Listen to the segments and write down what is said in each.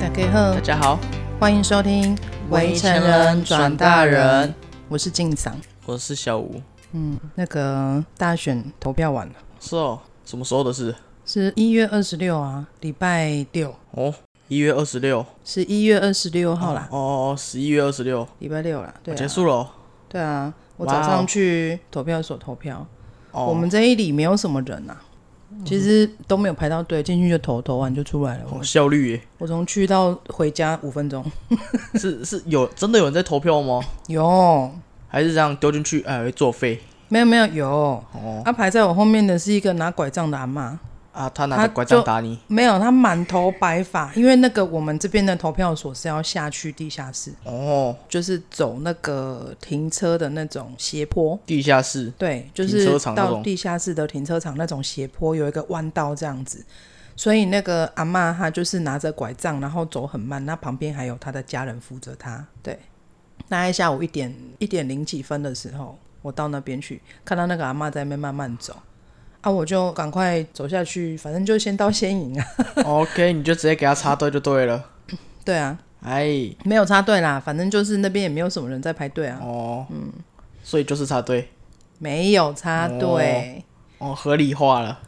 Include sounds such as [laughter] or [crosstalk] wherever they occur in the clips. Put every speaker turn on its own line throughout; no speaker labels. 大
乐，
家好，
欢迎收听《
围城人转大人》，
我是静桑。
我是小吴。
嗯，那个大选投票完了，
是哦，什么时候的事？
是一月二十六啊，礼拜六，
哦，一月二十六。
是一月二十六号啦，
哦，十一月二十六，
礼拜六啦，对、啊，
结。束了哦。
对啊，我
哇
早
哦
上去投票所投票，
哦嗯
我们这一里没有什么人啊。其实都没有排到队，进去就投，投完就出来了。我
好哦效率耶，
我从去到回家五分钟，
是是有真的有人在投票吗？
有
还是这样丢进去哎会作废？
没有没有有，
哦
他、排在我后面的是一个拿拐杖的阿妈，
啊，他拿
他
着拐杖
就
打你
没有，他满头白发，因为那个我们这边的投票所是要下去地下室，
哦，
就是走那个停车的那种斜坡。
地下室
对，就
停
是
车场那种
到地下室的停车场那种斜坡有一个弯道这样子，所以那个阿嬷她就是拿着拐杖，然后走很慢，那旁边还有她的家人扶着她。对，大概下午一点一点零几分的时候，我到那边去，看到那个阿嬷在那边慢慢走，啊，我就赶快走下去，反正就先到先赢啊。 [laughs]
，OK，你就直接给他插队就对了。
对啊，
哎，
没有插队啦，反正就是那边也没有什么人在排队啊，
哦，嗯，所以就是插队，
没有插队、
哦，合理化了。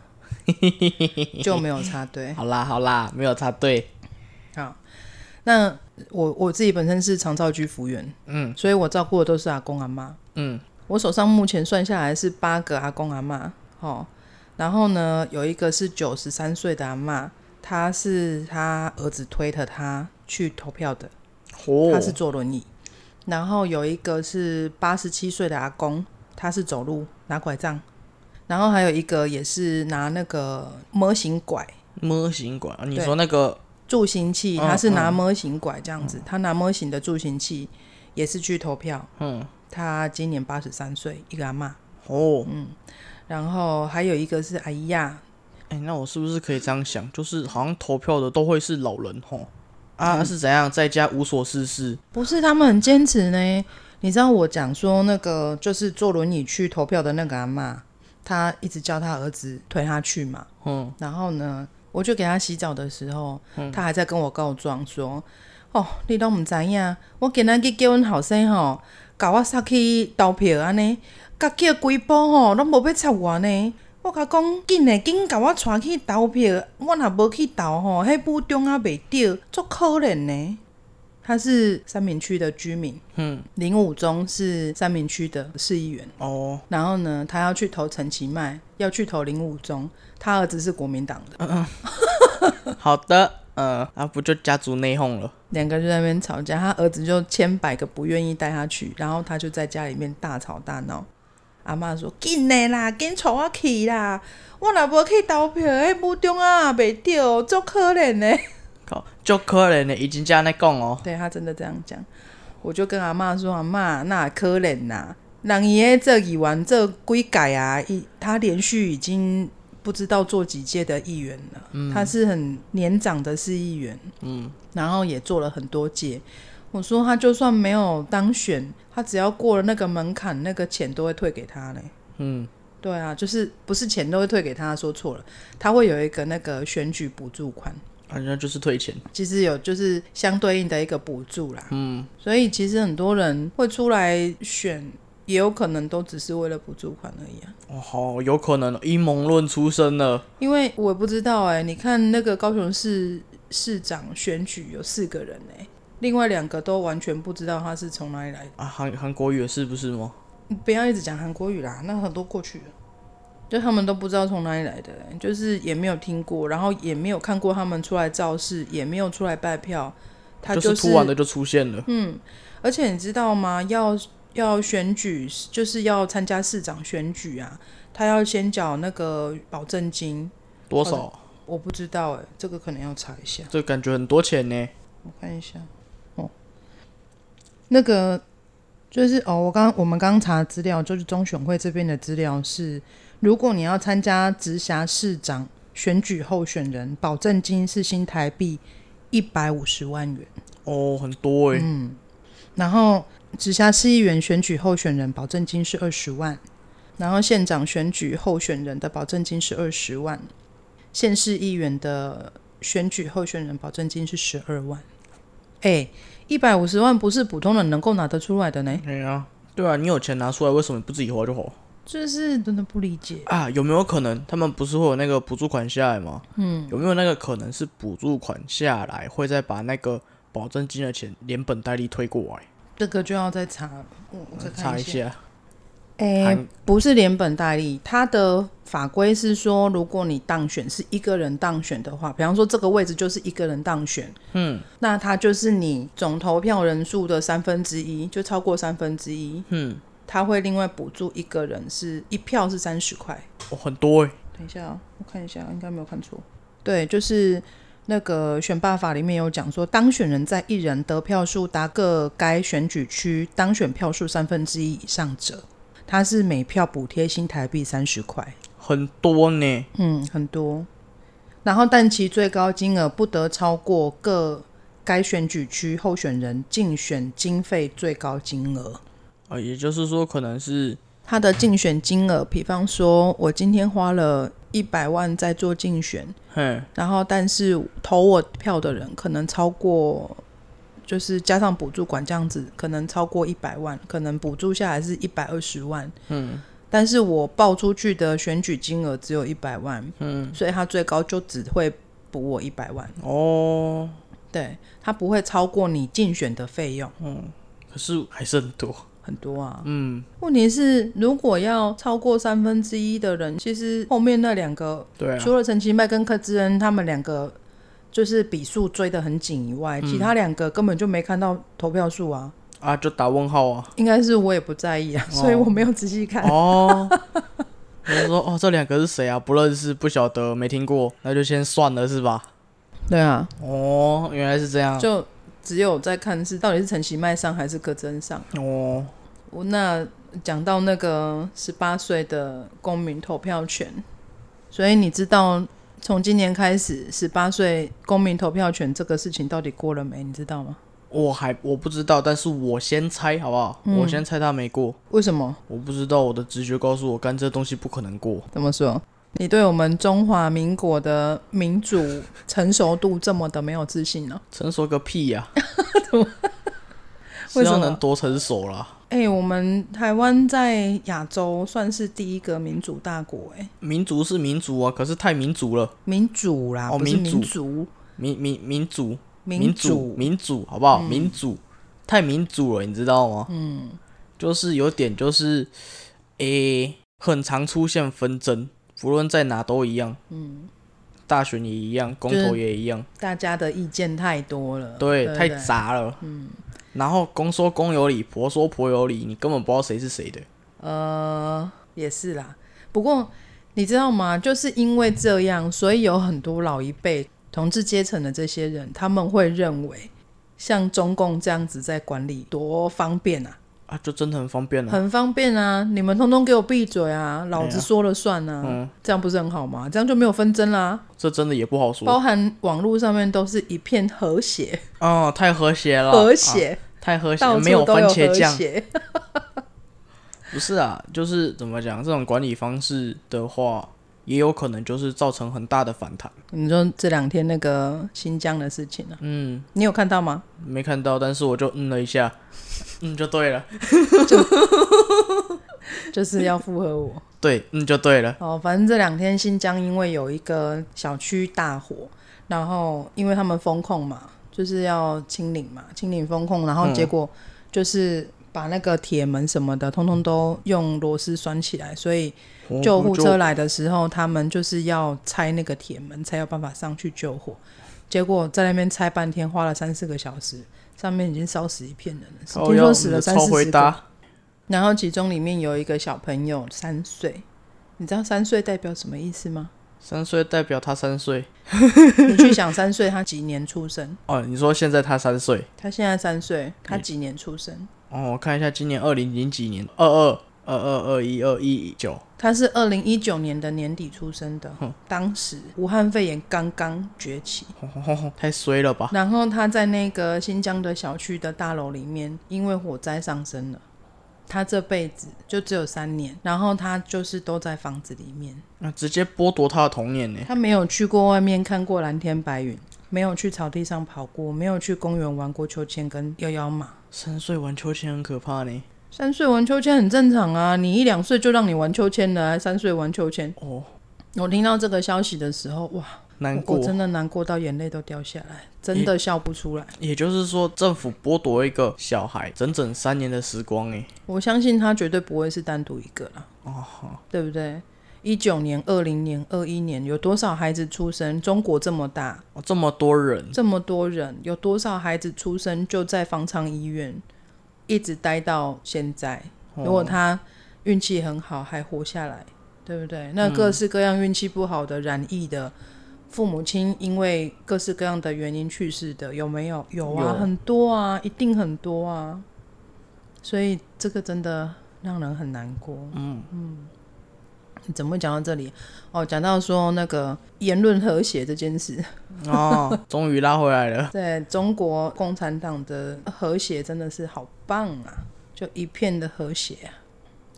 哦
[laughs] 就没有插队。
好啦好啦，没有插队，
好，那我我自己本身是长照居服务员，嗯，所以我照顾的都是阿公阿妈，
嗯，
我手上目前算下来是八个阿公阿妈，哦，然后呢有一个是九十三岁的阿妈，她是她儿子推着她去投票的，
哦
他是坐轮椅，然后有一个是八十七岁的阿公，他是走路拿拐杖，然后还有一个也是拿那个模型拐
模型馆，啊你
对
说那个
助行器，
嗯
他是拿模型拐这样子，他拿模型的助行器也是去投票，
嗯，
他今年八十三岁，一个阿嬷，
哦，
然后还有一个是阿姨呀，
哎、那我是不是可以这样想？就是好像投票的都会是老人吼啊，是怎样在家无所事事？
不是他们很坚持呢。你知道我讲说那个就是坐轮椅去投票的那个阿嬷，她一直叫她儿子推她去嘛，
嗯，
然后呢，我就给他洗澡的时候，他还在跟我告状说：“哦，你都唔知影，我今仔日叫阮后生吼，甲我杀去投票安尼，甲叫规波吼，拢无要插我呢。”我甲讲，紧诶，紧甲我带去投票，我若无去投吼，迄部中啊袂着，足可怜呢。他是三明区的居民，嗯，林武忠是三明区的市议员。
哦，
然后呢，他要去投陈其迈，要去投林武忠，他儿子是国民党的，
好的，呃，那、不就家族内讧了？
两个就在那边吵架，他儿子就千百个不愿意带他去，然后他就在家里面大吵大闹。阿妈说：“紧的啦，紧带我去啦！我若无去投票，迄武忠啊袂着，足可怜的。
靠，就可怜呢，已经这样在讲哦”，
对他真的这样讲，我就跟阿妈说：“阿妈，那可怜呐，人伊诶这议员这几届啊，一他连续已经不知道做几届的议员了，他是很年长的市议员，
嗯，
然后也做了很多届。我说他就算没有当选，他只要过了那个门槛，那个钱都会退给他嘞。
嗯，
对啊，就是不是钱都会退给他，说错了，他会有一个那个选举补助款，
反正啊就是退钱，
其实有就是相对应的一个补助啦。
嗯，
所以其实很多人会出来选，也有可能都只是为了补助款而已啊。
哦，好，有可能哦阴谋论出身了，
因为我也不知道哎、你看那个高雄市市长选举有四个人哎、另外两个都完全不知道他是从哪里来的。
啊，韩韩国语也是不是吗？
不要一直讲韩国语啦，那很多过去了，就他们都不知道从哪里来的、欸，就是也没有听过，然后也没有看过他们出来造势，也没有出来拜票，他、
就是嗯突然的就出现了，
而且你知道吗？要要选举，就是要参加市长选举啊，他要先缴那个保证金，
多少？
我不知道哎、这个可能要查一下，
这感觉很多钱呢。
我看一下哦。那个就是哦，我刚我们刚查资料，就是中选会这边的资料是，如果你要参加直辖市长选举候选人，保证金是新台币一百五十万元。
哦，很多哎、
然后直辖市议员选举候选人保证金是二十万，然后县长选举候选人的保证金是二十万，县市议员的选举候选人保证金是十二万。哎，一百五十万不是普通人能够拿得出来的呢，
哎呀，对啊，你有钱拿出来，为什么你不自己花就好
就是真的不理解。
啊？有没有可能他们不是会有那个补助款下来吗？嗯，有没有那个可能是补助款下来会再把那个保证金的钱连本带利推过来？
这个就要再查，嗯，我再
查
看
一
一下。
下。
哎、
韩
不是连本带利，它的法规是说，如果你当选是一个人当选的话，比方说这个位置就是一个人当选，嗯，那它就是你总投票人数的三分之一，就超过三分之一，嗯，他会另外补助一个人是一票是三十块。
哦，很多哎、
等一下哦，我看一下，应该没有看错。对，就是那个选罢法里面有讲说，当选人在一人得票数达各该选举区当选票数三分之一以上者，他是每票补贴新台币三十块。
很多呢。
嗯，很多。然后，但其最高金额不得超过各该选举区候选人竞选经费最高金额。
啊，也就是说，可能是
他的竞选金额，比方说，我今天花了一百万在做竞选，
嘿，
然后但是投我票的人可能超过，就是加上补助款这样子，可能超过一百万，可能补助下来是一百二十万。嗯，但是我报出去的选举金额只有一百万，嗯，所以他最高就只会补我一百万，
哦，
对他不会超过你竞选的费用。
可是还是很多。
很多啊，
嗯，
问题是如果要超过三分之一的人，其实后面那两个
对啊，
除了陈其迈跟柯志恩他们两个就是比数追得很紧以
嗯
外，其他两个根本就没看到投票数啊。
啊，就打问号啊。
应该是我也不在意啊，
哦
所以我没有仔细看。 [laughs]
哦，我就说哦，这两个是谁啊？不认识，不晓得，没听过，那就先算了，是吧？
对啊，
哦，原来是这样。
就只有在看是到底是陈其迈上还是柯志恩上。
哦，
我那讲到那个十八岁的公民投票权，所以你知道从今年开始，十八岁公民投票权这个事情到底过了没？你知道吗？
我还我不知道，但是我先猜好不好？
嗯
我先猜他没过。
为什么？
我不知道，我的直觉告诉我，干这东西不可能过。
怎么说？你对我们中华民国的民主成熟度这么的没有自信呢、
成熟个
[laughs]
屁呀、 [laughs]
为
希
什么
望能多成熟啦。
哎、我们台湾在亚洲算是第一个民主大国、哎，
民族是民族啊，可是太民族了，
民主啦，
哦
不是
民主
民族，
民民民族
民嗯
主民主，好不好？民主太民主了，你知道吗？嗯，就是有点就是，诶、很常出现纷争，不论在哪都一样。嗯，大选也一样，公
就是
投也一样，
大家的意见太多了，
对，
不
太杂了。嗯，然后公说公有理，婆说婆有理，你根本不知道谁是谁的。
呃，也是啦。不过你知道吗？就是因为这样，所以有很多老一辈同志阶层的这些人，他们会认为像中共这样子在管理多方便啊，
啊，就真的很方便了、
很方便啊！你们通通给我闭嘴
哎
啊，老子说了算啊！
嗯
这样不是很好吗？这样就没有纷争啦，
这真的也不好说
包含网络上面都是一片和谐，
哦，太和谐了，
和
啊
谐，
太和谐
到
了，
处
没
都有
番茄
和
酱，
谐。 [laughs]
不是啊，就是怎么讲，这种管理方式的话，也有可能就是造成很大的反弹。
你说这两天那个新疆的事情啊，
嗯，
你有看到吗？
没看到，但是我就嗯了一下， [laughs] 嗯就对了，
就是要附和我。
对，嗯就对了，
哦，反正这两天新疆因为有一个小区大火，然后哦因为他们封控嘛，就是要清零嘛，清零封控，然后结果就是把那个铁门什么的，通通都用螺丝拴起来，所以
哦
救护
就
车来的时候，他们就是要拆那个铁门，才有办法上去救火。结果在那边拆半天，花了三四个小时，上面已经烧死一片人了，
靠
听
腰
说
你
死
的
了三
超
四
回
十个。
答，
然后其中里面有一个小朋友三岁，你知道三岁代表什么意思吗？ [laughs]
三岁代表他三岁
你去想三岁他几年出生？
哦，你说现在他三岁
他现在三岁，他几年出生？
哦，我看一下今年二零零几年，二二二二二一二一九，
他是二零一九年的年底出生的，当时武汉肺炎刚刚崛起，
太衰了吧，
然后他在那个新疆的小区的大楼里面，因为火灾丧生了。他这辈子就只有三年，然后他就是都在房子里面，
那、直接剥夺他的童年呢，
他没有去过外面看过蓝天白云，没有去草地上跑过，没有去公园玩过秋千跟摇摇马。
三岁玩秋千很可怕呢。
三岁玩秋千很正常啊，你一两岁就让你玩秋千了，还三岁玩秋千。
哦，
我听到这个消息的时候，哇，
难
我
过
我。真的难过到眼泪都掉下来，真的笑不出来。
也就是说，政府剥夺一个小孩整整三年的时光，哎，
我相信他绝对不会是单独一个啦，哦，对不对？一九年、二零年、二一年，有多少孩子出生？中国这么大，
哦这么多人，
这么多人，有多少孩子出生就在方舱医院一直待到现在？
哦
如果他运气很好，还活下来，对不对？那各式各样运气不好的、染疫的，父母亲因为各式各样的原因去世的，有没有？有啊，
有
很多啊，一定很多啊。所以这个真的让人很难过。嗯嗯，怎么会讲到这里？哦，讲到说那个言论和谐这件事。
[laughs] 哦， [laughs] 终于拉回来了。
对中国共产党的和谐真的是好棒啊，就一片的和谐啊、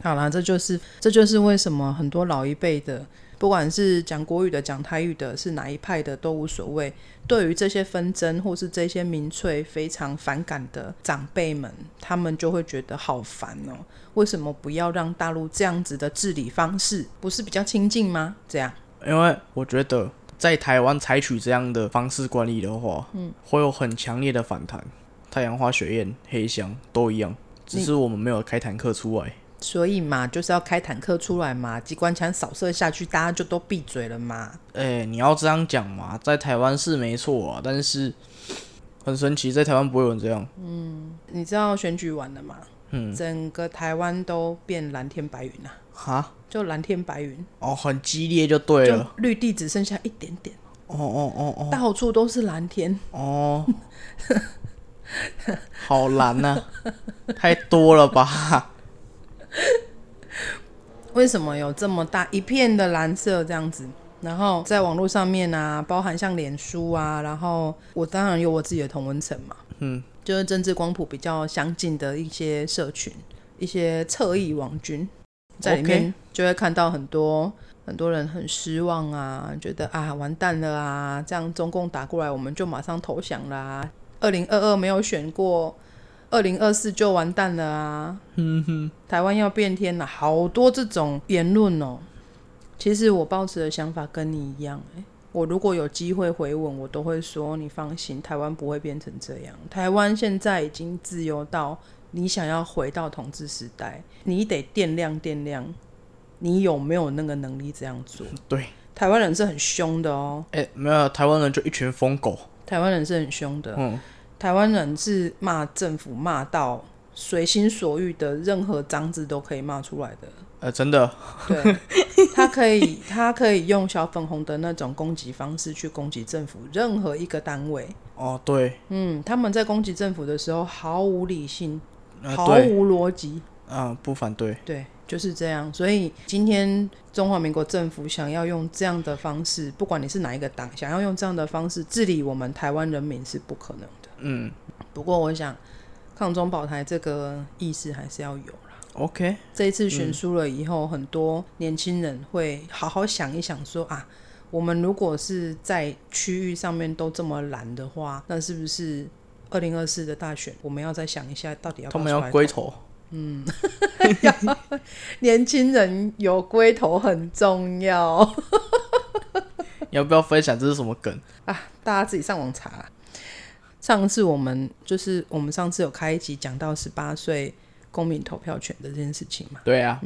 好啦，这就是这就是为什么很多老一辈的，不管是讲国语的、讲台语的，是哪一派的都无所谓。对于这些纷争或是这些民粹非常反感的长辈们，他们就会觉得好烦哦。为什么不要让大陆这样子的治理方式，不是比较亲近吗？这样。
因为我觉得在台湾采取这样的方式管理的话，嗯，会有很强烈的反弹。太阳花学院、黑箱都一样，只是我们没有开坦克出来。
所以嘛，就是要开坦克出来嘛，机关枪扫射下去，大家就都闭嘴了嘛。
哎、你要这样讲嘛，在台湾是没错啊，但是很神奇，在台湾不会有人这样。
你知道选举完了嘛？嗯，整个台湾都变蓝天白云了、
哈，
就蓝天白云，
哦，很激烈就对
就
了。
绿地只剩下一点点，
哦哦哦哦
到处都是蓝天。
哦，好难呐、
[laughs]
太多了吧？
为什么有这么大一片的蓝色这样子？然后在网络上面啊，包含像脸书啊，然后我当然有我自己的同温层嘛，
嗯，
就是政治光谱比较相近的一些社群，一些侧翼网军，在里面就会看到很多很多人很失望啊，觉得啊完蛋了啊，这样中共打过来我们就马上投降啦、二零二二没有选过，二零二四就完蛋了啊，
嗯哼，
台湾要变天了，好多这种言论哦。其实我抱持的想法跟你一样、欸，我如果有机会回吻，我都会说你放心，台湾不会变成这样。台湾现在已经自由到你想要回到统治时代，你得掂量掂量，你有没有那个能力这样做？
对，
台湾人是很凶的哦，
哎、没有，台湾人就一群疯狗。
台湾人是啊很凶的，
嗯，
台湾人是骂政府骂到随心所欲的，任何脏字都可以骂出来的。
呃，真的，
对，他可以，他可以用小粉红的那种攻击方式去攻击政府任何一个单位。
哦，对，
嗯，他们在攻击政府的时候毫无理性，
呃，
毫
对，
无逻辑，
嗯、不反对，
对，就是这样。所以今天中华民国政府想要用这样的方式，不管你是哪一个党，想要用这样的方式治理我们台湾人民是不可能的。
嗯
不过我想，抗中保台这个意识还是要有啦。
，OK，
这一次
嗯
选输了以后，很多年轻人会好好想一想说啊，我们如果是在区域上面都这么蓝的话，那是不是二零二四的大选，我们要再想一下，到底要不
他们
要
要
出来
归头，
年轻人有归头很重要 [laughs]
[laughs] 要不要分享这是什么梗？
啊，大家自己上网查。上次我们就是我们上次有开一集讲到十八岁公民投票权的这件事情嘛，
对啊，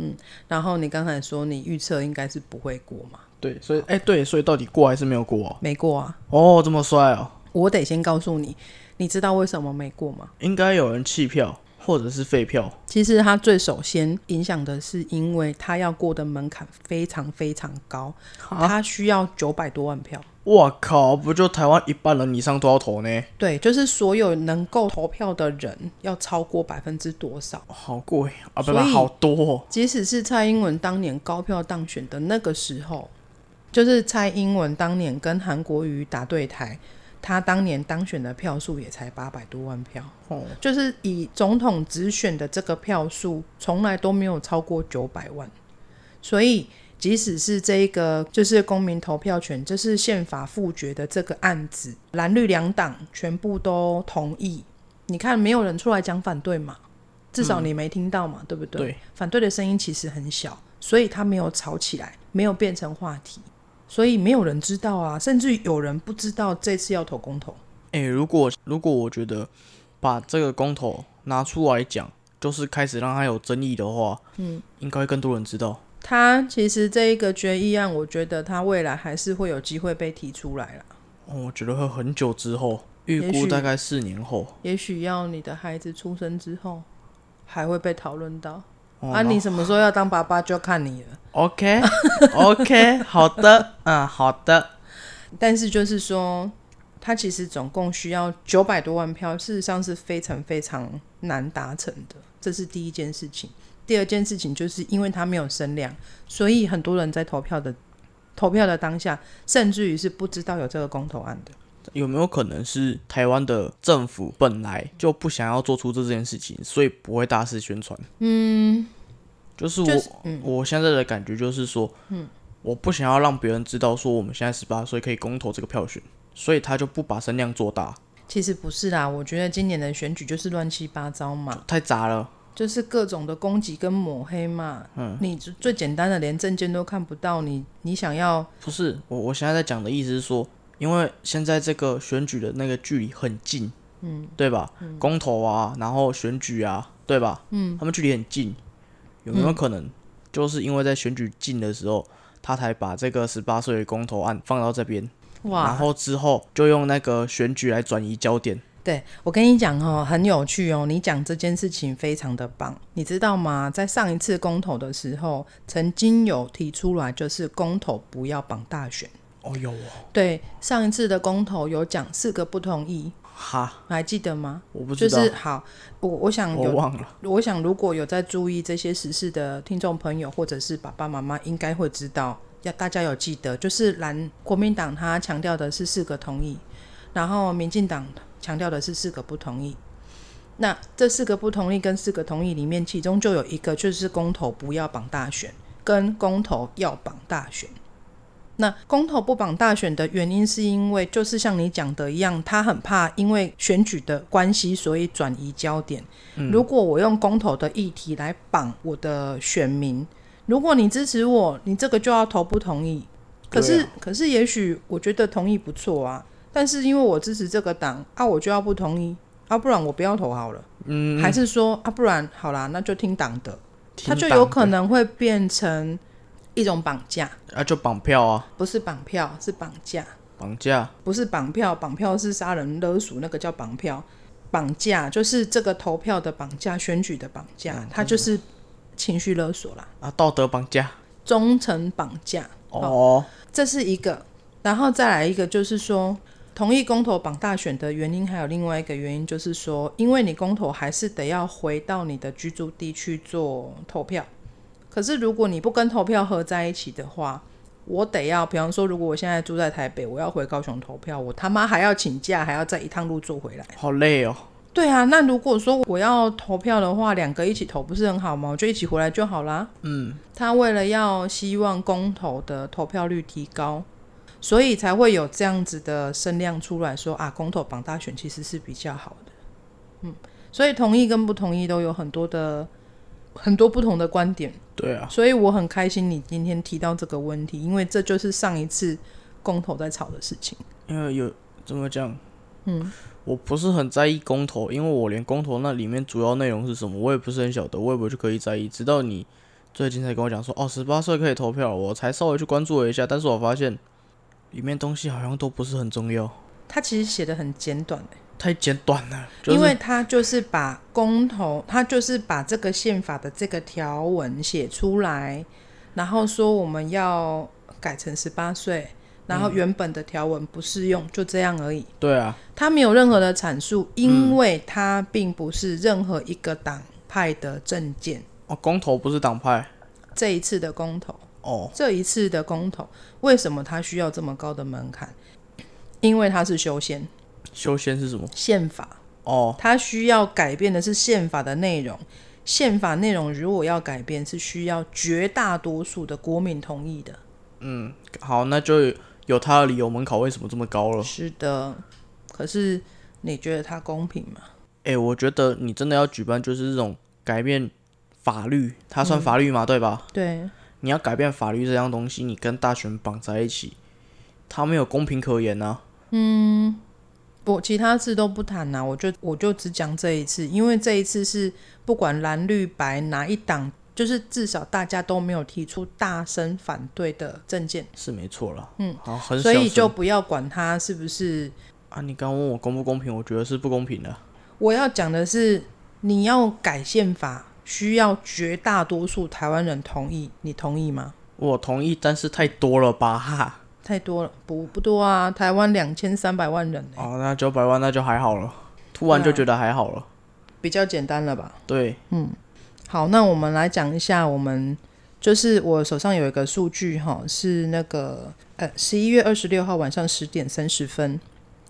然后你刚才说你预测应该是不会过嘛，
对，所以，哎、对，所以到底过还是没有过啊、
没过啊。
哦，这么帅哦，
我得先告诉你，你知道为什么没过吗？
应该有人弃票或者是废票，
其实它最首先影响的是，因为它要过的门槛非常非常高，它需要九百多万票。
我靠，不就台湾一半人以上都要投呢？
对，就是所有能够投票的人要超过百分之多少？
好贵啊，不
所
不，
以
好多、哦，
即使是蔡英文当年高票当选的那个时候，就是蔡英文当年跟韩国瑜打对台，他当年当选的票数也才八百多万票。
哦，
就是以总统直选的这个票数，从来都没有超过九百万，所以即使是这一个就是公民投票权，这是宪法复决的这个案子，蓝绿两党全部都同意。你看，没有人出来讲反对嘛，至少你没听到嘛，对不对？
对
反对的声音其实很小，所以他没有吵起来，没有变成话题，所以没有人知道啊，甚至有人不知道这次要投公投。
诶、如果如果我觉得把这个公投拿出来讲，就是开始让它有争议的话，嗯，应该会更多人知道。
他其实这一个决议案，我觉得他未来还是会有机会被提出来啦。
哦我觉得会很久之后，预
也
估
许
大概四年后。
也许要你的孩子出生之后，还会被讨论到。
哦
啊，你什么时候要当爸爸就看你了。
OK OK，好的，嗯，好的，
但是就是说，他其实总共需要九百多万票，事实上是非常非常难达成的。这是第一件事情。第二件事情就是因为他没有声量，所以很多人在投票的投票的当下，甚至于是不知道有这个公投案的。
有没有可能是台湾的政府本来就不想要做出这件事情，所以不会大肆宣传？嗯，就是我、嗯
就是
我现在的感觉就是说，嗯，我不想要让别人知道说我们现在十八岁可以公投这个票选，所以他就不把声量做大，
其实不是啦，我觉得今年的选举就是乱七八糟嘛，
太杂了。
就是各种的攻击跟抹黑嘛。嗯，你最最简单的连证件都看不到，你你想要
不是我我现在在讲的意思是说，因为现在这个选举的那个距离很近，嗯，对吧？公投啊，然后选举啊，对吧？嗯，他们距离很近，有没有可能就是因为在选举近的时候，他才把这个十八岁的公投案放到这边，然
哇，
后之后就用那个选举来转移焦点？
对我跟你讲哦，很有趣哦，你讲这件事情非常的棒，你知道吗？在上一次公投的时候，曾经有提出来，就是公投不要绑大选。
哦有哦，
对，上一次的公投有讲四个不同意，
哈，
还记得吗？
我不
就
知道，哦
是好，我我想
我
有
忘了。
我想，如果有在注意这些时事的听众朋友，或者是爸爸妈妈，应该会知道，要大家有记得，就是蓝国民党他强调的是四个同意，然后民进党强调的是四个不同意。那这四个不同意跟四个同意里面，其中就有一个就是公投不要绑大选，跟公投要绑大选。那公投不绑大选的原因，是因为就是像你讲的一样，他很怕因为选举的关系，所以转移焦点。
嗯
如果我用公投的议题来绑我的选民，如果你支持我，你这个就要投不同意。可是，
对啊
可是也许我觉得同意不错啊，但是因为我支持这个党啊，我就要不同意啊，不然我不要投好了。嗯，还是说啊，不然好啦，那就听党的， [laughs] 他就
听
有
党
可能会变成一种绑架。
啊，就绑票啊，
不是绑票，是绑架，
绑架，
不是绑票，绑票是杀人勒索，那个叫绑票。绑架就是这个投票的绑架，选举的绑架，它就是情绪勒索啦，
啊，道德绑架。
忠诚绑架，
哦，
这是一个。然后再来一个就是说，同意公投绑大选的原因，还有另外一个原因就是说，因为你公投还是得要回到你的居住地去做投票。可是如果你不跟投票合在一起的话，我得要，比方说，如果我现在住在台北，我要回高雄投票，我他妈还要请假，还要再一趟路坐回来。
好累哦。
对啊，那如果说我要投票的话，两个一起投不是很好吗？我就一起回来就好啦。嗯，他为了要希望公投的投票率提高，所以才会有这样子的声量出来说啊，公投绑大选其实是比较好的。嗯，所以同意跟不同意都有很多的很多不同的观点。
对啊，
所以我很开心你今天提到这个问题，因为这就是上一次公投在吵的事情。
因为呃有怎么讲，嗯，我不是很在意公投，因为我连公投那里面主要内容是什么，我也不是很晓得，我也不去刻意在意。直到你最近才跟我讲说，哦，十八岁可以投票，我才稍微去关注了一下，但是我发现里面东西好像都不是很重要，
他其实写的很简短、
太简短了。就是、
因为他就是把公投，他就是把这个宪法的这个条文写出来，然后说我们要改成十八岁，然后原本的条文不适用，就这样而已。
对啊，
他没有任何的阐述，因为他并不是任何一个党派的政见。
哦，公投不是党派
这一次的公投，
哦，
这一次的公投，为什么它需要这么高的门槛？因为它是修宪
修仙是什么？
宪法，
哦，
它需要改变的是宪法的内容。宪法内容如果要改变，是需要绝大多数的国民同意的。
嗯，好，那就有他的理由，门槛为什么这么高了？
是的，可是你觉得它公平吗？
哎、我觉得你真的要举办就是这种改变法律，它
嗯
算法律嘛，对吧？
对，
你要改变法律这样东西，你跟大选绑在一起，它没有公平可言啊。
我其他事都不谈啊啦、我就我就只讲这一次，因为这一次是不管蓝绿白哪一党，就是至少大家都没有提出大声反对的证件，
是没错啦，嗯，好，很小
所以
声
就不要管它是不是。
啊，你刚问我公不公平，我觉得是不公平的。
我要讲的是，你要改宪法，需要绝大多数台湾人同意，你同意吗？
我同意，但是太多了吧？哈，
[laughs] 太多了，不不多啊，台湾两千三百万人、欸，
哦，那九百万那就还好了，突然就觉得还好了。
比较简单了吧？
对，
好，那我们来讲一下，我们就是我手上有一个数据哈，是那个呃十一月二十六号晚上十点三十分，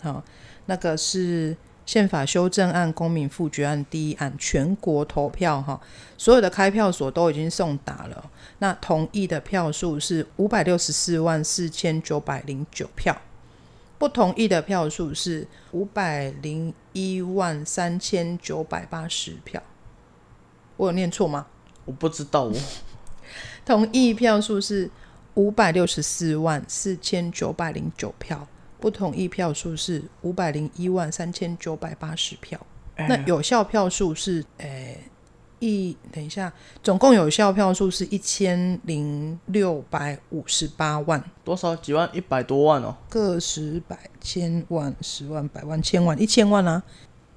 好，那个是宪法修正案、公民复决案第一案全国投票哈，所有的开票所都已经送达了，那同意的票数是五百六十四万四千九百零九票。不同意的票数是五百零一万三千九百八十票，我有念错吗？
我不知道我，
同意票数是五百六十四万四千九百零九票，不同意票数是五百零一万三千九百八十票。那有效票数是，诶、一等一下，总共有效票数是一千零六百五十八万，
多少几万，一百多万哦。
个十百千万十万百万千万一千万啊，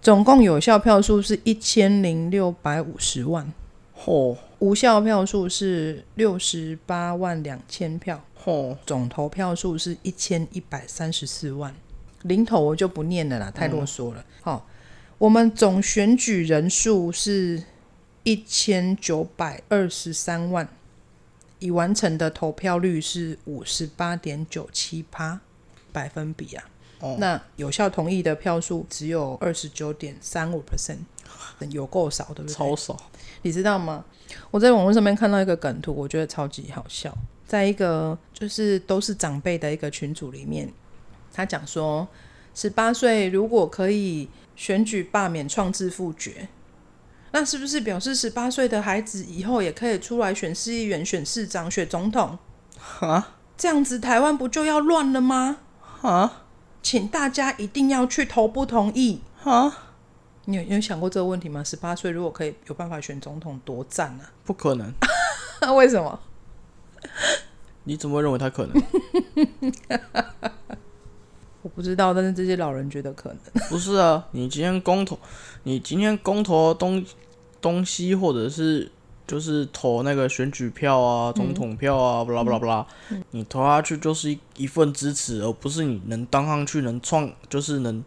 总共有效票数是一千零六百五十万。
吼
无效票数是六十八万两千票，
吼，
总投票数是一千一百三十四万。零头我就不念了啦，
嗯
太啰嗦了。好、我们总选举人数是一千九百二十三万，已完成的投票率是五十八点九七趴百分比啊。
哦
那有效同意的票数只有二十九点三五 percent，有够少，对不对？
超少。
你知道吗？我在网络上面看到一个梗图，我觉得超级好笑。在一个就是都是长辈的一个群组里面，他讲说，十八岁如果可以选举罢免、创制复决，那是不是表示十八岁的孩子以后也可以出来选市议员、选市长、选总统？
哈
这样子台湾不就要乱了吗？
哈
请大家一定要去投不同意。
哈，
你有你有想过这个问题吗？十八岁如果可以有办法选总统，多赞
不可能！
啊！ [laughs] 为什么？
你怎么会认为他可能？
我不知道，但是这些老人觉得可能。
不是啊，你今天公投，你今天公投东东西，或者是就是投那个选举票啊、总统票
嗯
啊，巴拉巴拉巴拉，你投下去就是一一份支持，而不是你能当上去能创，就是能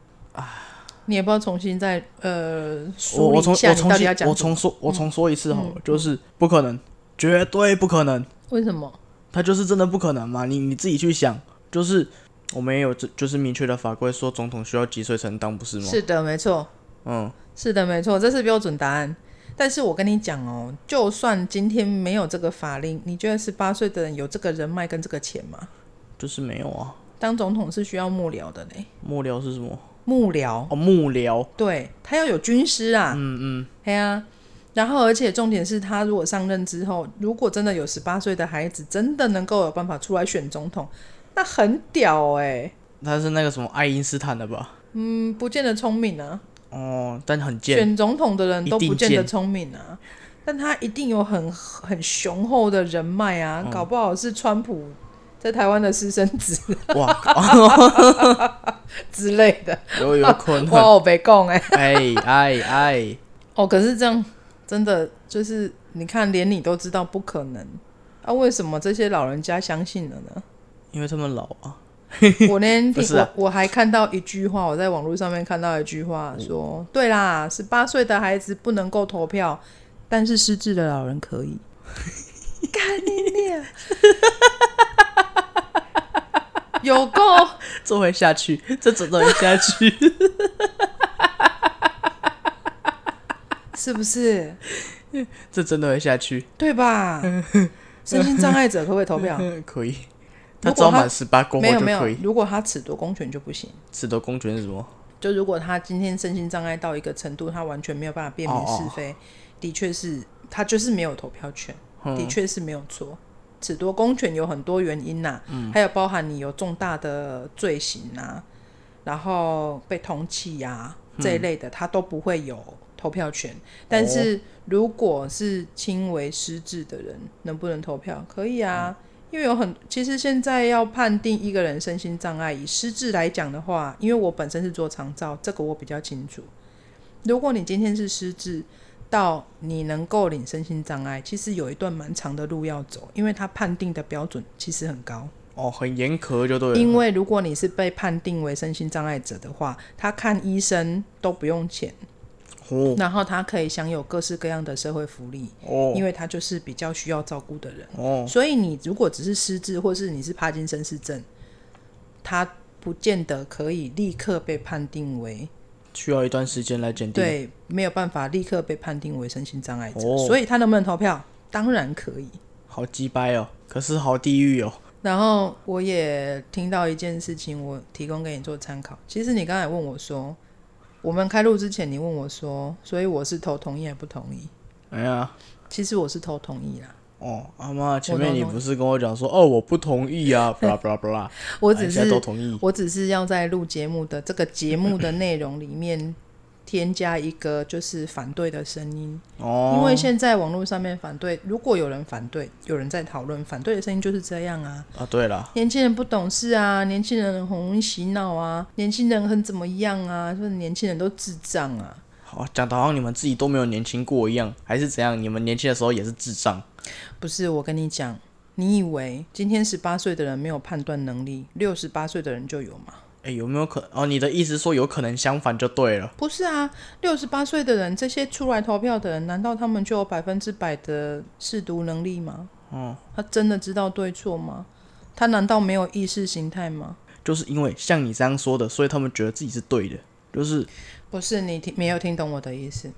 你也不要重新再呃
我
梳理
我重
一
我
下，你
重
到底要
新
讲嗯
我重说我重说一次好了，就是不可能，绝对不可能，
为什么？
它就是真的不可能嘛，你你自己去想，就是。我们也有这就是明确的法规说总统需要几岁才能当，不是吗？
是的，没错，
嗯，
是的，没错，这是标准答案。但是我跟你讲哦，就算今天没有这个法令，你觉得十八岁的人有这个人脉跟这个钱吗？
就是没有啊。
当总统是需要幕僚的嘞，
幕僚是什么？
幕僚，
哦，幕僚。
对他要有军师啊，
嗯嗯，
对啊，然后而且重点是他如果上任之后，如果真的有十八岁的孩子真的能够有办法出来选总统，那很屌哎、
他是那个什么爱因斯坦的吧？
嗯，不见得聪明啊，
哦，但很
[laughs]
贱。
选总统的人都
一
不
定
见得
贱
聪明啊，但他一定有很很雄厚的人脉啊，搞不好是川普在台湾的私生子 [laughs]
哇，靠
之类的，
有有可
[laughs] 哇，
能。
我被供哎，
哎哎哎，
哦，可是这样真的就是你看，连你都知道不可能，啊，为什么这些老人家相信了呢？
因为他们老啊。 [laughs]
我那天
不
听
是啊
我我还看到一句话，我在网络上面看到一句话
嗯
说，对啦，十八岁的孩子不能够投票，但是失智的老人可以。干你娘！有够
这回下去， [laughs] 这整个人下去，
是不是？
[laughs] 这真的会下去，
对吧？身心障碍者可不可以投票？
嗯，可以。他
如果
只要
他
满十八 [laughs] 公
没有
分就
没有
可以。，
如果他褫夺公权就不行。
指的公权是什么？
就如果他今天身心障碍到一个程度，他完全没有办法辨
哦
明是非，的确是他就是没有投票权，
嗯
的确是没有错。此多公权有很多原因呐、还有包含你有重大的罪行呐、然后被通缉呀、这一类的，他都不会有投票权。但是如果是轻微失智的人，能不能投票？可以啊，因为有很其实现在要判定一个人身心障碍，以失智来讲的话，因为我本身是做长照，这个我比较清楚。如果你今天是失智，到你能够领身心障碍，其实有一段蛮长的路要走，因为他判定的标准其实很高。
哦，很严苛就对了。
因为如果你是被判定为身心障碍者的话，他看医生都不用钱，
哦
然后他可以享有各式各样的社会福利，
哦
因为他就是比较需要照顾的人。
哦，
所以你如果只是失智，或是你是帕金森氏症，他不见得可以立刻被判定为
嗯需要一段时间来鉴定。
对，没有办法立刻被判定为身心障碍者。
哦
所以他能不能投票？当然可以。
好鸡掰哦，可是好地狱哦。
然后我也听到一件事情，我提供给你做参考。其实你刚才问我说，我们开录之前，你问我说，所以我是投同意还不同意？
哎呀，
其实我是投同意啦，
哦，阿妈，前面你不是跟我讲说，哦，我不同
[laughs]
意啊，巴拉巴拉巴拉，
我只
哎
是、
现在都同意。
我只是要在录节目的这个节目的内容里面添加一个就是反对的声音，因
哦，
为现在网络上面反对，如果有人反对，有人在讨论，反对的声音就是这样啊。
啊，对了，
年轻人不懂事啊，年轻人很容易洗脑啊，年轻人很怎么样啊，就是年轻人都智障啊。
好讲的好像你们自己都没有年轻过一样，还是怎样？你们年轻的时候也是智障？
不是，我跟你讲，你以为今天十八岁的人没有判断能力，六十八岁的人就有吗？
哎，有没有可哦？你的意思说有可能相反就对了。
不是啊，六十八岁的人，这些出来投票的人，难道他们就有百分之百的试读能力吗？哦，他真的知道对错吗？他难道没有意识形态吗？
就是因为像你这样说的，所以他们觉得自己是对的。就是
不是你听没有听懂我的意思。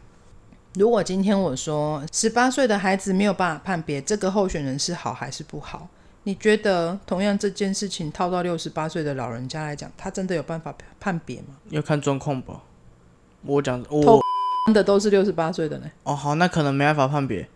如果今天我说十八岁的孩子没有办法判别这个候选人是好还是不好，你觉得同样这件事情套到六十八岁的老人家来讲，他真的有办法判别吗？
要看状况吧。我讲我、
偷真的都是六十八岁的呢，
哦好，那可能没办法判别。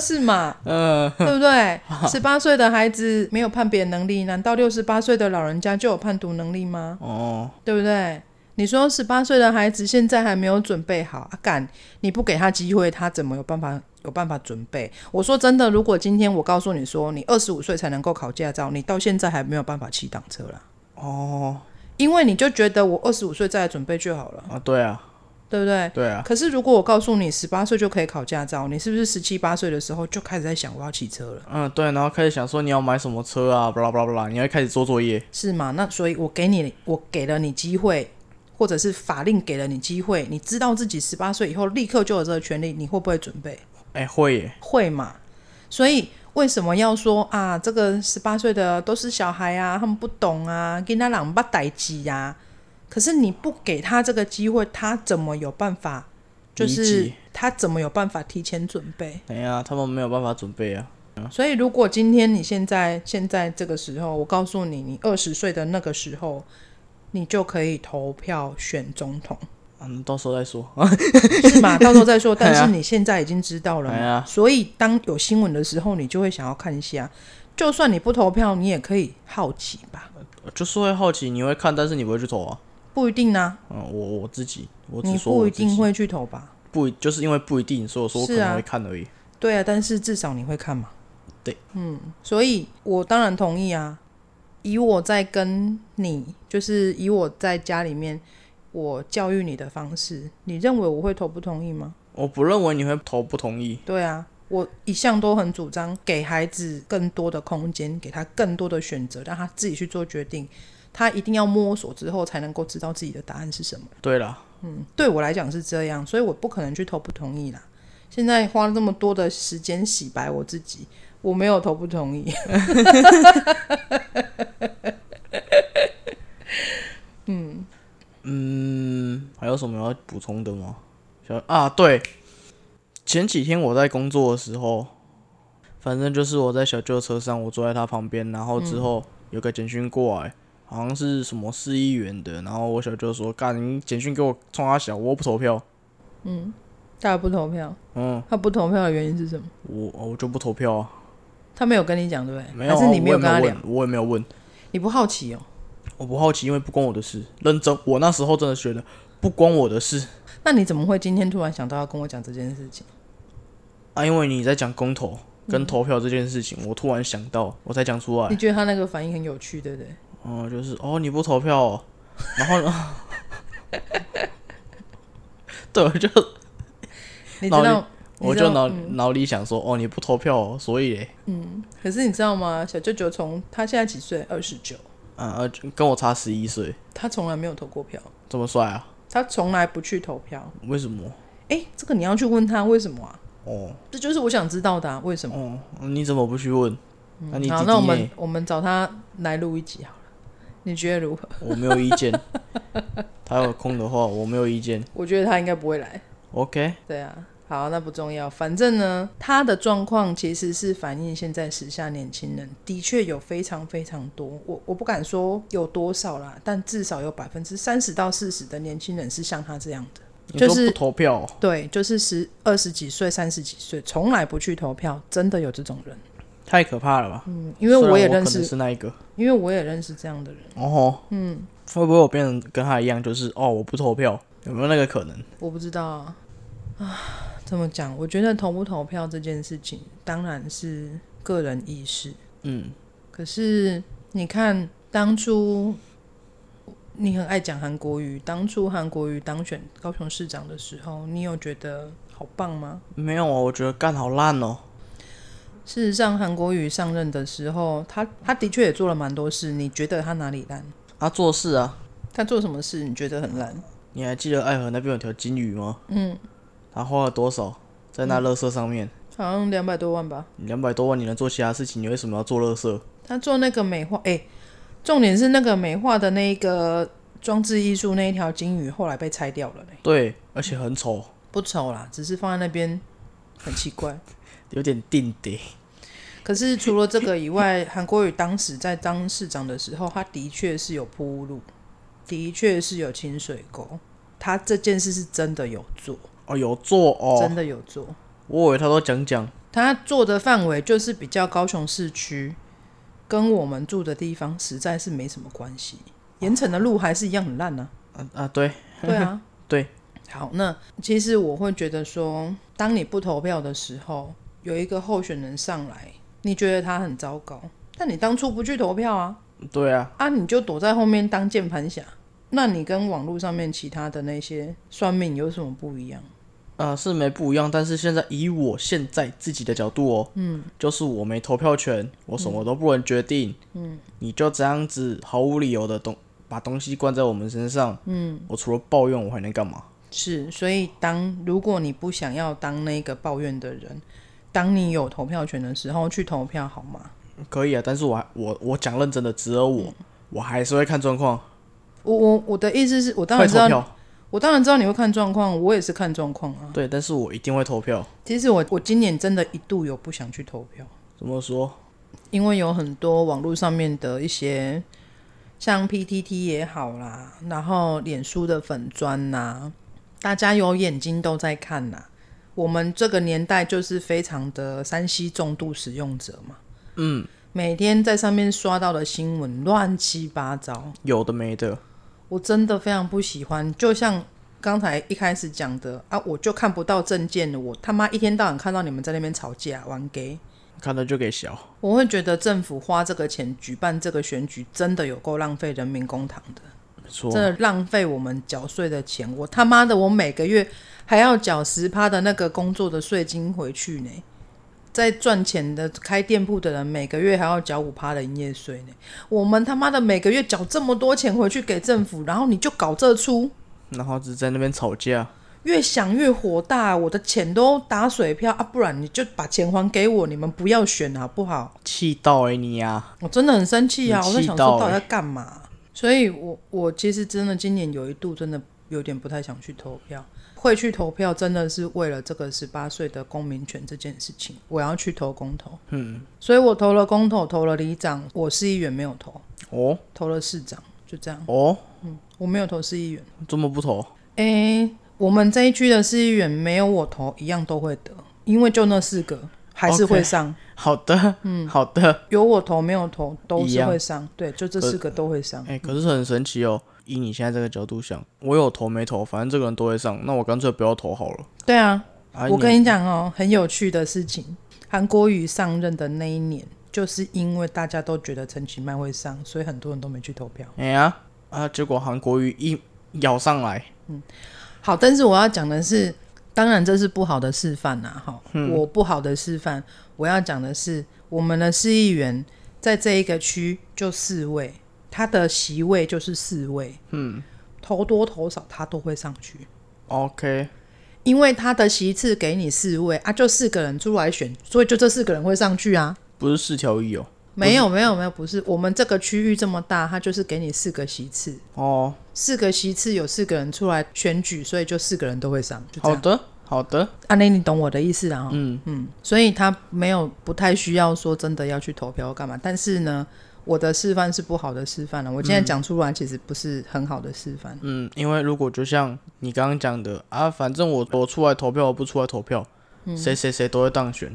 是吗？
[laughs] 呃，
对不对？十八岁的孩子没有判别能力，难道六十八岁的老人家就有判读能力吗？
哦，
对不对？你说十八岁的孩子现在还没有准备好，啊、敢你不给他机会，他怎么有办法有办法准备？我说真的，如果今天我告诉你说你二十五岁才能够考驾照，你到现在还没有办法骑挡车啦，
哦，
因为你就觉得我二十五岁再来准备就好了，
啊，对啊，
对不对？
对啊，
可是如果我告诉你十八岁就可以考驾照，你是不是十七八岁的时候就开始在想我要骑车了？
嗯，对，然后开始想说你要买什么车啊，巴拉巴拉巴拉，你要开始做作业。
是吗？那所以，我给你，我给了你机会，或者是法令给了你机会，你知道自己十八岁以后立刻就有这个权利，你会不会准备？
哎，会耶，
会嘛？所以为什么要说啊？这个十八岁的都是小孩啊，他们不懂啊，跟他朗巴代鸡呀。可是你不给他这个机会，他怎么有办法？就
理
是
解
他怎么有办法提前准备？
哎呀，他们没有办法准备啊。
所以，如果今天你现在现在这个时候，我告诉你，你二十岁的那个时候，你就可以投票选总统，
嗯，到时候再说。
是吗？到时候再说。但
[laughs] 哎呀
是你现在已经知道了嘛，
哎呀
所以当有新闻的时候，你就会想要看一下。就算你不投票，你也可以好奇吧？
就是会好奇，你会看，但是你不会去投啊。
不一定啊，
嗯，我我自己，我只
你
说
不
我
一
自己
定会去投吧？
不一，就是因为不一定，所以我说我可
是啊
能会看而已。
对啊，但是至少你会看嘛。
对，
嗯，所以我当然同意啊。以我在跟你，就是以我在家里面我教育你的方式，你认为我会同不同意吗？
我不认为你会投不同意。
对啊，我一向都很主张给孩子更多的空间，给他更多的选择，让他自己去做决定。他一定要摸索之后才能够知道自己的答案是什么。
对啦，
对我来讲是这样，所以我不可能去投不同意啦。现在花了这么多的时间洗白我自己，我没有投不同意。 [laughs]
嗯，还有什么要补充的吗？想啊，对，前几天我在工作的时候，反正就是我在小舅的车上，我坐在他旁边，然后之
嗯
后有个简讯过来，好像是什么市议员的，然后我小舅说：“干，你简讯给我冲他小，我又不投票。
大家不投票，”
嗯，
他不投票的原因是什么？
我我就不投票啊，
他没有跟你讲对不对？
没有、啊，
还是你没有
我
跟他
也没
聊
有？问，我也没有问，
你不好奇哦？
我不好奇，因为不关我的事。认真，我那时候真的觉得不关我的事
那你怎么会今天突然想到要跟我讲这件事情？
啊，因为你在讲公投跟投票这件事情，我突然想到，我才讲出来
你。觉得他那个反应很有趣，对不对？
哦，就是哦，你不投票、哦，然后呢？ [laughs] 对，我就
你知
脑
道，你嗯
我
知道
就脑脑里想说，哦，你不投票、哦，所以嘞，
可是你知道吗？小舅舅从他现在几岁？二十九，
啊啊，就跟我差十一岁，
他从来没有投过票，
这么帅啊？
他从来不去投票。
为什么？
哎、这个你要去问他为什么啊？
哦
这就是我想知道的、啊，为什么？
哦，你怎么不去问？那、啊你弟弟
嗯好，那我们
嘞
我们找他来录一集好了，你觉得如何？ [laughs]
我没有意见，他有空的话，我没有意见。
我觉得他应该不会来。
OK，
对啊，好，那不重要。反正呢，他的状况其实是反映现在时下年轻人的确有非常非常多，我我不敢说有多少啦，但至少有百分之三十到四十的年轻人是像他这样的。
你
就
说
是
不投票、哦，
对，就是十二十几岁、三十几岁，从来不去投票，真的有这种人。
太可怕了吧？
嗯，因为我也
虽然
认
可能
识，
是那一个。
因为我也认识这样的人，
哦吼，嗯，会不会我变成跟他一样，就是哦，我不投票，有没有那个可能？
我不知道啊，啊怎么讲？我觉得投不投票这件事情，当然是个人意识。
嗯。
可是你看，当初你很爱讲韩国瑜，当初韩国瑜当选高雄市长的时候，你有觉得好棒吗？
没有啊，我觉得干好烂哦。
事实上，韩国瑜上任的时候，他他的确也做了蛮多事。你觉得他哪里烂？
啊，做事啊，
他做什么事你觉得很烂？
你还记得爱河那边有条金鱼吗？嗯。他花了多少在
嗯
那垃圾上面？
好像两百多万吧。
两百、多万，你能做其他事情，你为什么要做垃圾？
他做那个美化，哎、重点是那个美化的那个装置艺术那一条金鱼后来被拆掉了嘞，
对，而且很丑，
不丑啦，只是放在那边很奇怪。
有点定得。
可是除了这个以外，韩国瑜当时在当市长的时候，他的确是有铺路，的确是有清水沟，他这件事是真的有做，
哦，有做哦
真，的有做。
我以为他都讲讲。
他做的范围就是比较高雄市区，跟我们住的地方实在是没什么关系。盐城的路还是一样很烂呢、
啊啊，对，，
对啊
[laughs] 对。
好，那其实我会觉得说，当你不投票的时候，有一个候选人上来，你觉得他很糟糕，但你当初不去投票啊，
对啊，
啊，你就躲在后面当键盘侠，那你跟网络上面其他的那些酸民有什么不一样？
啊是没不一样，但是现在以我现在自己的角度哦，嗯，就是我没投票权，我什么都不能决定，嗯，你就这样子毫无理由的东把东西灌在我们身上，嗯，我除了抱怨，我还能干嘛？
是，所以当如果你不想要当那个抱怨的人，当你有投票权的时候去投票好吗？
可以啊，但是我还我我讲认真的，只有我，
嗯
我还是会看状况，
我我我的意思是我当
会
然知
投
道，
票。
我当然知道你会看状况，我也是看状况啊。
对，但是我一定会投票。
其实我我今年真的一度有不想去投票，
怎么说？
因为有很多网络上面的一些，像 PTT 也好啦，然后脸书的粉砖呐，大家有眼睛都在看呐。我们这个年代就是非常的山西重度使用者嘛，嗯，每天在上面刷到的新闻乱七八糟，
有的没的，
我真的非常不喜欢。就像刚才一开始讲的啊，我就看不到证件了，我他妈一天到晚看到你们在那边吵架玩 gay。
看了就给小。
我会觉得政府花这个钱举办这个选举，真的有够浪费人民公堂的，
没错
真，的浪费我们缴税的钱。我他妈的，我每个月还要缴十趴的那个工作的税金回去呢。在赚钱的开店铺的人，每个月还要缴五趴的营业税呢。我们他妈的每个月缴这么多钱回去给政府，然后你就搞这出，
然后只在那边吵架。
越想越火大。我的钱都打水漂啊，不然你就把钱还给我，你们不要选好不好？
气到哎、你呀、
我真的很生气啊！
很
我在
气
想
到
说到底
欸
在干嘛？所以我我其实真的今年有一度真的有点不太想去投票。会去投票真的是为了这个十八岁的公民权这件事情，我要去投公投。嗯，所以我投了公投，投了里长，我市议员没有投，
哦
投了市长，就这样，
哦，
我没有投市议员。
这么不投？
诶、我们这一区的市议员没有我投，一样都会得，因为就那四个还是会上。
好的，嗯，好的。
有我投没有投都
一
是
样
会上，对，就这四个都会上。
哎、可是很神奇哦。以你现在这个角度想，我有投没投，反正这个人都会上，那我干脆不要投好了。
对啊，
啊，
我
你
跟你讲哦，很有趣的事情，韩国瑜上任的那一年，就是因为大家都觉得陈其迈会上，所以很多人都没去投票。
哎呀啊，结果韩国瑜一咬上来，
好，但是我要讲的是，当然这是不好的示范呐、哈、
嗯
我不好的示范，我要讲的是，我们的市议员在这一个区就四位，他的席位就是四位，嗯，投多投少他都会上去。
OK，
因为他的席次给你四位啊，就四个人出来选，所以就这四个人会上去啊。
不是四条一哦。
没有没有没有，不是我们这个区域这么大，他就是给你四个席次，
哦，
四个席次有四个人出来选举，所以就四个人都会上。就这
好
样，
的，好的，
阿雷、你懂我的意思啦？嗯嗯，所以他没有不太需要说真的要去投票干嘛，但是呢，我的示范是不好的示范了，我现在讲出来其实不是很好的示范。
嗯，因为如果就像你刚刚讲的啊，反正我我出来投票，我不出来投票，
嗯
谁谁谁都会当选，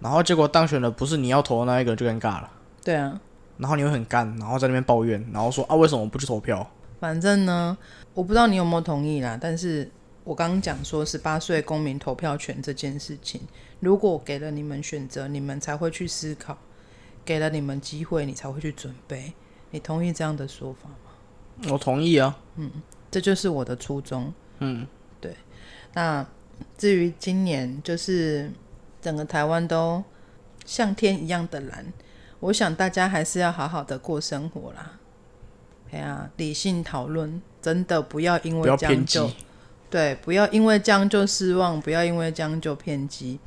然后结果当选的不是你要投的那一个就尴尬了，
对啊，
然后你会很干，然后在那边抱怨，然后说啊为什么我不去投票？
反正呢，我不知道你有没有同意啦，但是我刚刚讲说十八岁公民投票权这件事情，如果给了你们选择，你们才会去思考，给了你们机会，你才会去准备。你同意这样的说法吗？
我同意啊，
这就是我的初衷。嗯，对。那至于今年，就是整个台湾都像天一样的蓝，我想大家还是要好好的过生活啦。哎呀，理性讨论，真的不要因
不
为
要
这
偏
样
激
就，对，不要因为这样就失望，不要因为这样就偏激。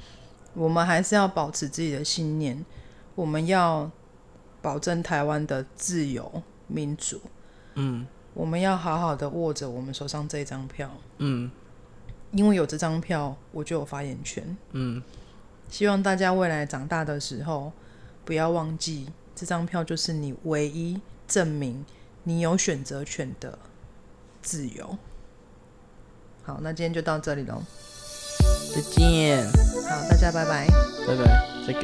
我们还是要保持自己的信念，我们要保证台湾的自由民主。嗯，我们要好好的握着我们手上这张票。
嗯，
因为有这张票，我就有发言权。
嗯，
希望大家未来长大的时候，不要忘记这张票就是你唯一证明你有选择权的自由。好，那今天就到这里喽。
再见，
好，大家拜拜。
拜拜，再见。